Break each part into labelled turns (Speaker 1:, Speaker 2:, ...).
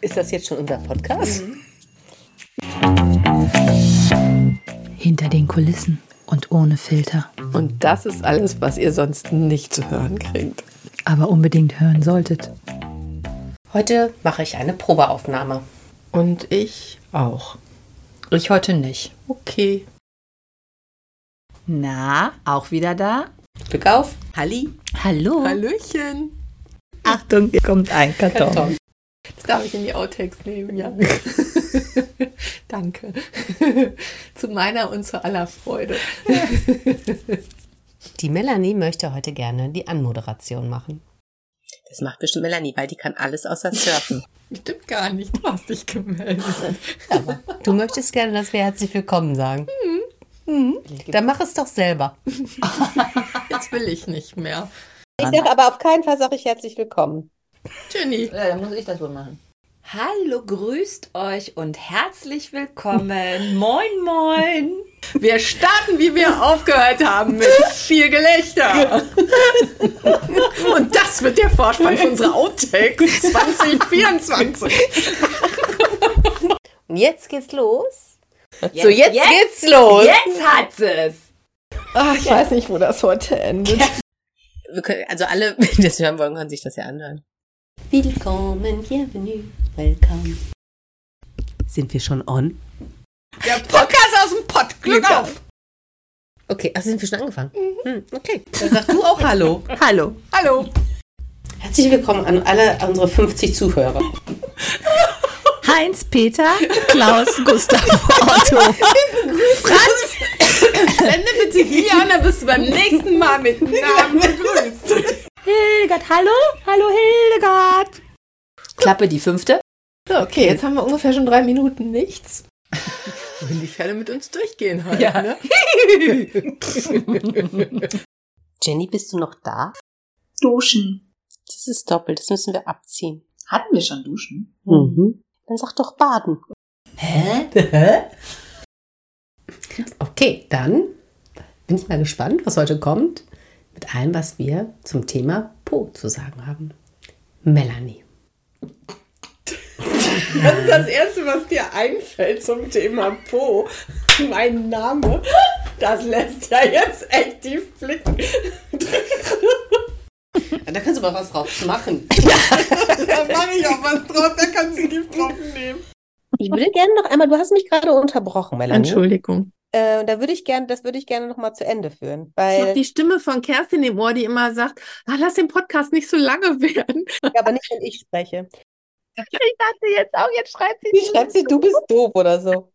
Speaker 1: Ist das jetzt schon unser Podcast?
Speaker 2: Mhm.
Speaker 3: Hinter den Kulissen und ohne Filter.
Speaker 2: Und das ist alles, was ihr sonst nicht zu hören kriegt.
Speaker 3: Aber unbedingt hören solltet.
Speaker 1: Heute mache ich eine Probeaufnahme.
Speaker 2: Und ich auch.
Speaker 4: Ich heute nicht.
Speaker 2: Okay.
Speaker 4: Na, auch wieder da?
Speaker 1: Glück auf.
Speaker 2: Halli.
Speaker 4: Hallo.
Speaker 2: Hallöchen.
Speaker 4: Achtung, hier kommt ein Karton.
Speaker 2: Das darf ich in die Outtakes nehmen, ja. Danke. zu meiner und zu aller Freude.
Speaker 1: Die Melanie möchte heute gerne die Anmoderation machen. Das macht bestimmt Melanie, weil die kann alles außer surfen.
Speaker 2: Stimmt gar nicht, du hast dich gemeldet.
Speaker 1: Du möchtest gerne, dass wir herzlich willkommen sagen. Mhm. Dann mach es doch selber.
Speaker 2: Jetzt will ich nicht mehr.
Speaker 1: Ich sage aber auf keinen Fall sage ich herzlich willkommen.
Speaker 2: Jenny.
Speaker 4: Ja, Äh, dann muss ich das wohl machen. Hallo, grüßt euch und herzlich willkommen. Moin, moin.
Speaker 2: Wir starten, wie wir aufgehört haben, mit viel Gelächter. Und das wird der Vorspann für unsere Outtakes 2024.
Speaker 1: Und jetzt geht's los.
Speaker 4: Jetzt,
Speaker 1: so, jetzt, geht's los.
Speaker 4: Jetzt hat es.
Speaker 2: Ach, ich weiß nicht, wo das heute endet.
Speaker 1: Wir können, also alle, die das hören wollen, können sich das ja anhören. Willkommen, bienvenue, welcome. Sind wir schon on?
Speaker 2: Der Podcast aus dem Pott. Glück auf. Mhm.
Speaker 1: Okay, ach, sind wir schon angefangen? Hm, okay, dann sag du auch Hallo.
Speaker 4: Hallo.
Speaker 2: Hallo.
Speaker 1: Herzlich willkommen an alle unsere 50 Zuhörer.
Speaker 4: Heinz, Peter, Klaus, Gustav, Otto.
Speaker 2: Franz, sende bitte hier und dann bist du beim nächsten Mal mit Namen begrüßt.
Speaker 4: Hildegard, hallo. Hallo, Hildegard. Klappe die fünfte.
Speaker 2: Okay, jetzt haben wir ungefähr schon drei Minuten nichts. Wenn die Pferde mit uns durchgehen halt,
Speaker 4: Ja.
Speaker 2: ne?
Speaker 1: Jenny, bist du noch da?
Speaker 5: Duschen.
Speaker 1: Das ist doppelt, das müssen wir abziehen.
Speaker 5: Hatten wir schon Duschen?
Speaker 1: Dann sag doch Baden.
Speaker 4: Hä?
Speaker 1: Okay, dann bin ich mal gespannt, was heute kommt, mit allem, was wir zum Thema Po zu sagen haben. Melanie.
Speaker 2: Das ist das Erste, was dir einfällt zum Thema Po. Mein Name. Das lässt ja jetzt echt tief blicken.
Speaker 1: Da kannst du aber was drauf machen.
Speaker 2: Da mache ich auch was drauf, da kannst du die drauf nehmen.
Speaker 6: Ich würde gerne noch einmal, du hast mich gerade unterbrochen, Melanie.
Speaker 2: Entschuldigung.
Speaker 6: Äh, da würde ich gerne, das würde ich gerne noch mal zu Ende führen,
Speaker 2: Ich habe
Speaker 6: weil
Speaker 2: die Stimme von Kerstin im Ohr, die immer sagt, ah, lass den Podcast nicht so lange werden.
Speaker 6: aber nicht, wenn ich spreche.
Speaker 2: Ich dachte jetzt auch, jetzt schreibt sie
Speaker 6: Wie schreibt sie, du bist doof oder so?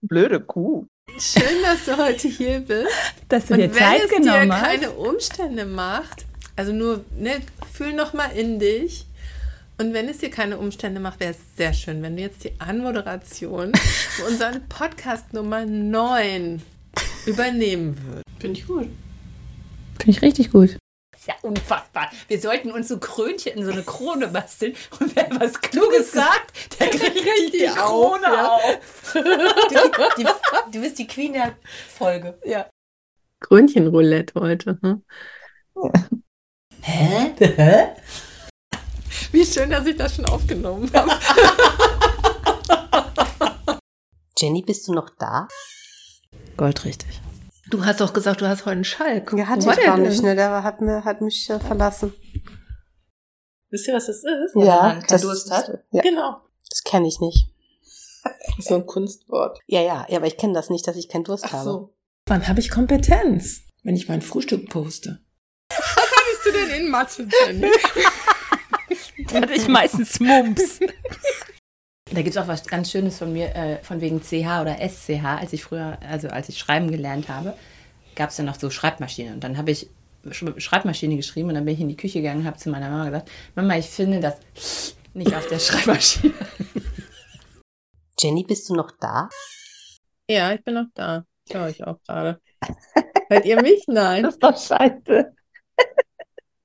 Speaker 5: Blöde Kuh.
Speaker 2: Schön, dass du heute hier bist.
Speaker 4: Dass du
Speaker 2: Und
Speaker 4: dir
Speaker 2: wenn
Speaker 4: Zeit
Speaker 2: es
Speaker 4: genommen
Speaker 2: dir
Speaker 4: hast.
Speaker 2: keine Umstände macht, also nur, ne, fühl noch mal in dich. Und wenn es dir keine Umstände macht, wäre es sehr schön, wenn du jetzt die Anmoderation für unseren Podcast Nummer 9 übernehmen würdest. Finde ich gut.
Speaker 3: Finde ich richtig gut.
Speaker 4: Ist ja unfassbar. Wir sollten uns so Krönchen in so eine Krone basteln und wer was Kluges sagt, der kriegt richtig die
Speaker 2: auf,
Speaker 4: Krone
Speaker 2: ja.
Speaker 4: auf.
Speaker 1: Du bist die Queen der Folge.
Speaker 2: Krönchenroulette heute. ne?
Speaker 4: Hä?
Speaker 2: Wie schön, dass ich das schon aufgenommen habe.
Speaker 1: Jenny, bist du noch da?
Speaker 4: Goldrichtig.
Speaker 2: Du hast doch gesagt, du hast heute einen Schalk.
Speaker 6: Ja,
Speaker 2: Wo war der denn?
Speaker 6: ne? Der hat, mir, hat mich
Speaker 2: äh,
Speaker 6: verlassen.
Speaker 2: Wisst ihr, was das ist?
Speaker 6: Ja, das, Ja,
Speaker 2: Genau.
Speaker 6: das kenne ich nicht.
Speaker 2: So ein Kunstwort.
Speaker 6: Ja, ja, ja, aber ich kenne das nicht, dass ich keinen Durst
Speaker 2: Ach
Speaker 6: habe.
Speaker 2: so. Wann habe ich Kompetenz? Wenn ich mein Frühstück poste. Was hattest du denn in Mathe, Jenny?
Speaker 4: Hatte ich meistens Mumps. Da gibt es auch was ganz Schönes von mir, äh, von wegen CH oder SCH. Als ich früher, also als ich schreiben gelernt habe, gab es ja noch so Schreibmaschine. Und dann habe ich Sch- Schreibmaschine geschrieben und dann bin ich in die Küche gegangen und habe zu meiner Mama gesagt, Mama, ich finde das nicht auf der Schreibmaschine.
Speaker 1: Jenny, bist du noch da?
Speaker 2: Ja, ich bin noch da. Ich höre euch auch gerade. Hört ihr mich? Nein.
Speaker 6: ist doch scheiße.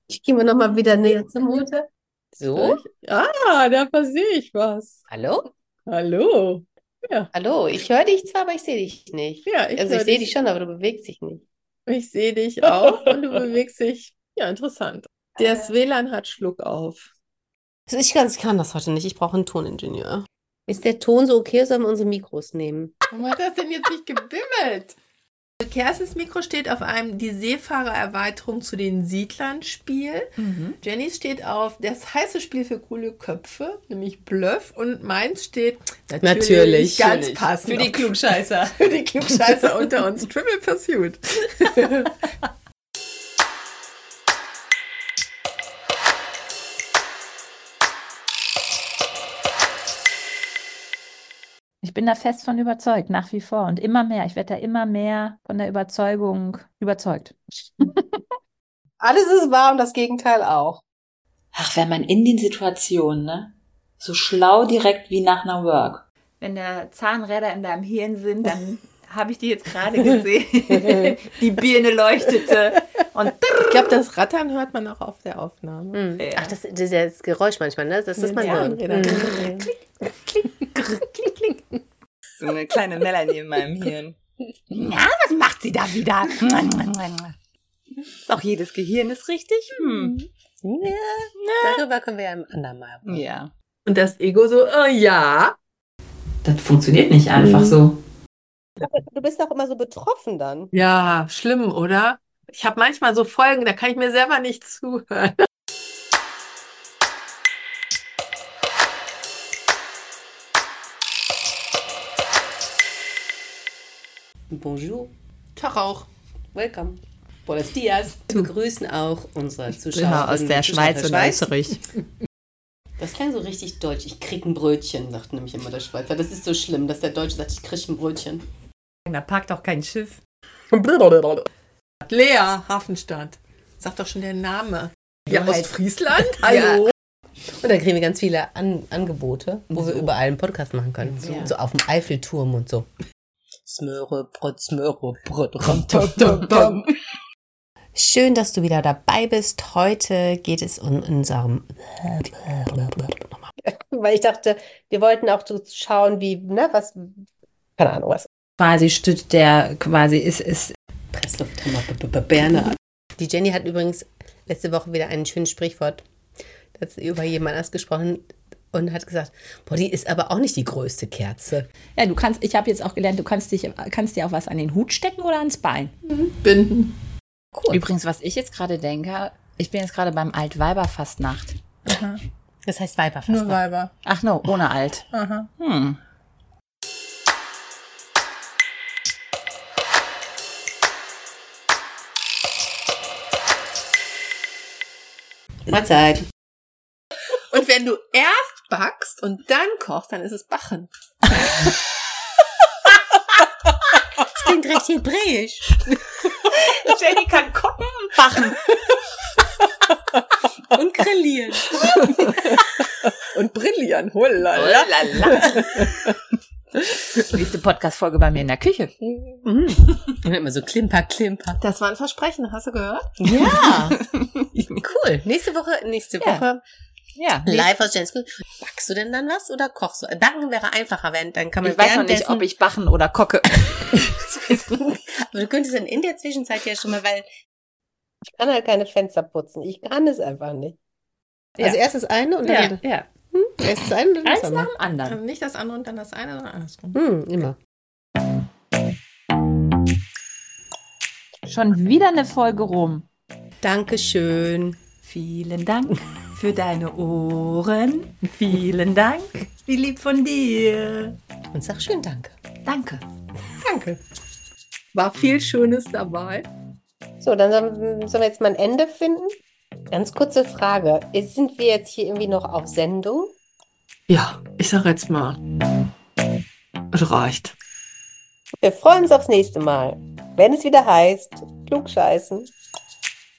Speaker 6: Ich gehe mir nochmal wieder näher zum Mutter.
Speaker 1: So?
Speaker 2: Ah, da passiere ich was.
Speaker 1: Hallo?
Speaker 2: Hallo.
Speaker 1: Hallo, ich höre dich zwar, aber ich sehe dich nicht.
Speaker 2: Ja, ich
Speaker 1: also ich
Speaker 2: hör
Speaker 1: sehe dich schon, aber du bewegst dich nicht.
Speaker 2: Ich sehe dich auch und du bewegst dich. Ja, interessant. Das WLAN hat Schluck auf.
Speaker 1: Also ich, kann, ich kann das heute nicht. Ich brauche einen Toningenieur.
Speaker 6: Ist der Ton so okay, sollen wir unsere Mikros nehmen?
Speaker 2: Warum hat das denn jetzt nicht gebimmelt? Kerstens Mikro steht auf einem Die Seefahrererweiterung zu den Siedlern Spiel. Jennys steht auf Das heiße Spiel für coole Köpfe, nämlich Bluff. Und meins steht
Speaker 1: Natürlich.
Speaker 2: ganz passend.
Speaker 4: Für die Klugscheißer.
Speaker 2: für die Klugscheißer unter uns. Triple Pursuit.
Speaker 7: Ich bin da fest von überzeugt, nach wie vor. Und immer mehr. Ich werde da immer mehr von der Überzeugung überzeugt.
Speaker 6: Alles ist wahr und das Gegenteil auch.
Speaker 8: Ach, wenn man in den Situationen, ne? So schlau direkt wie nach einer Work.
Speaker 4: Wenn da Zahnräder in deinem Hirn sind, dann habe ich die jetzt gerade gesehen. die Birne leuchtete. Und
Speaker 2: Ich glaube, das Rattern hört man auch auf der Aufnahme.
Speaker 1: Hm.
Speaker 6: Ach, das, das, das Geräusch manchmal, ne? Das ist man
Speaker 2: Ja, genau.
Speaker 6: hört.
Speaker 2: Räder.
Speaker 4: so eine kleine Melanie in meinem Hirn. Ja, was macht sie da wieder? Ist Auch jedes Gehirn ist richtig. Hm.
Speaker 1: Ja, darüber können wir ja im andermal.
Speaker 4: Ja.
Speaker 2: Mhm. Und das Ego so, oh ja.
Speaker 8: Das funktioniert nicht einfach so.
Speaker 6: Du bist auch immer so betroffen dann.
Speaker 2: Ja, schlimm, oder? Ich habe manchmal so Folgen, da kann ich mir selber nicht zuhören.
Speaker 1: Bonjour,
Speaker 2: Tag auch.
Speaker 1: welcome. Buenos dias. Wir begrüßen auch unsere Zuschauer.
Speaker 4: aus der Schweiz und Österreich.
Speaker 1: Das klang so richtig deutsch. Ich krieg ein Brötchen, sagt nämlich immer der Schweizer. Das ist so schlimm, dass der Deutsche sagt, ich krieg ein Brötchen.
Speaker 4: Da parkt auch kein Schiff.
Speaker 2: Lea, Hafenstadt. Sagt doch schon der Name. Ja,
Speaker 4: Halt.
Speaker 2: aus Friesland? Hallo.
Speaker 1: Und dann kriegen wir ganz viele An Angebote, wo wir überall einen Podcast machen können. So, so auf dem Eiffelturm und so. Smöre, Brot, Smöre, Brot, rum, tum, tum, tum. Schön, dass du wieder dabei bist. Heute geht es um unserem.
Speaker 6: Weil ich dachte, wir wollten auch so schauen, wie, ne, was, keine Ahnung, was.
Speaker 4: Quasi stützt der, quasi ist, ist
Speaker 1: Presslufthammer, B- B- Berner. Die Jenny hat übrigens letzte Woche wieder ein schönes Sprichwort da hat sie über jemand anders gesprochen und hat gesagt, boah, die ist aber auch nicht die größte Kerze.
Speaker 4: Ja, du kannst, ich habe jetzt auch gelernt, du kannst, dich, kannst dir auch was an den Hut stecken oder ans Bein.
Speaker 2: Binden.
Speaker 1: Cool.
Speaker 7: Übrigens, was ich jetzt gerade denke, ich bin jetzt gerade beim Altweiberfastnacht.
Speaker 1: Das heißt Weiberfass.
Speaker 2: Nur Weiber.
Speaker 7: Ach no, ohne alt.
Speaker 2: Aha.
Speaker 7: Hm.
Speaker 1: Mahlzeit.
Speaker 2: Und wenn du erst backst und dann kochst, dann ist es Bachen.
Speaker 1: Das klingt recht hebräisch.
Speaker 4: Jenny kann gucken und wachen.
Speaker 1: Und grillieren.
Speaker 2: Und brillieren. Holala.
Speaker 7: Nächste Podcast-Folge bei mir in der Küche.
Speaker 1: Und immer so klimper, klimper.
Speaker 2: Das war ein Versprechen, hast du gehört?
Speaker 1: Ja. cool. Nächste Woche, nächste Woche.
Speaker 7: Ja.
Speaker 1: Live aus Jens. Backst du denn dann was oder kochst du? Backen wäre einfacher, wenn dann kann man
Speaker 7: Ich weiß noch nicht,
Speaker 1: währenddessen-
Speaker 7: ob ich bachen oder kocke.
Speaker 1: Aber du könntest dann in der Zwischenzeit ja schon mal, weil
Speaker 6: Ich kann halt keine Fenster putzen. Ich kann es einfach nicht.
Speaker 7: Ja.
Speaker 6: Also erst das eine und dann
Speaker 7: ja.
Speaker 6: erst das eine und dann das
Speaker 7: Eins
Speaker 6: andere.
Speaker 7: nach dem anderen.
Speaker 2: Also nicht das andere und dann das eine, sondern andersrum.
Speaker 6: Hm, immer.
Speaker 7: Schon wieder eine Folge rum.
Speaker 1: Dankeschön.
Speaker 4: Vielen Dank für deine Ohren. Vielen Dank. Wie lieb von dir.
Speaker 1: Und sag schön Danke.
Speaker 4: Danke.
Speaker 2: War viel Schönes dabei.
Speaker 6: So, dann sollen, sollen wir jetzt mal ein Ende finden. Ganz kurze Frage. Ist- Sind wir jetzt hier irgendwie noch auf Sendung?
Speaker 2: Ja, ich sag jetzt mal. Es reicht.
Speaker 6: Wir freuen uns aufs nächste Mal, wenn es wieder heißt Klugscheißen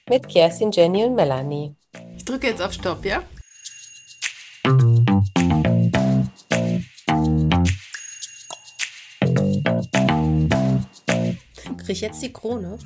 Speaker 6: mit Kerstin, Jenny und Melanie.
Speaker 2: Ich drücke jetzt auf Stopp, ja?
Speaker 1: Krieg ich jetzt die Krone?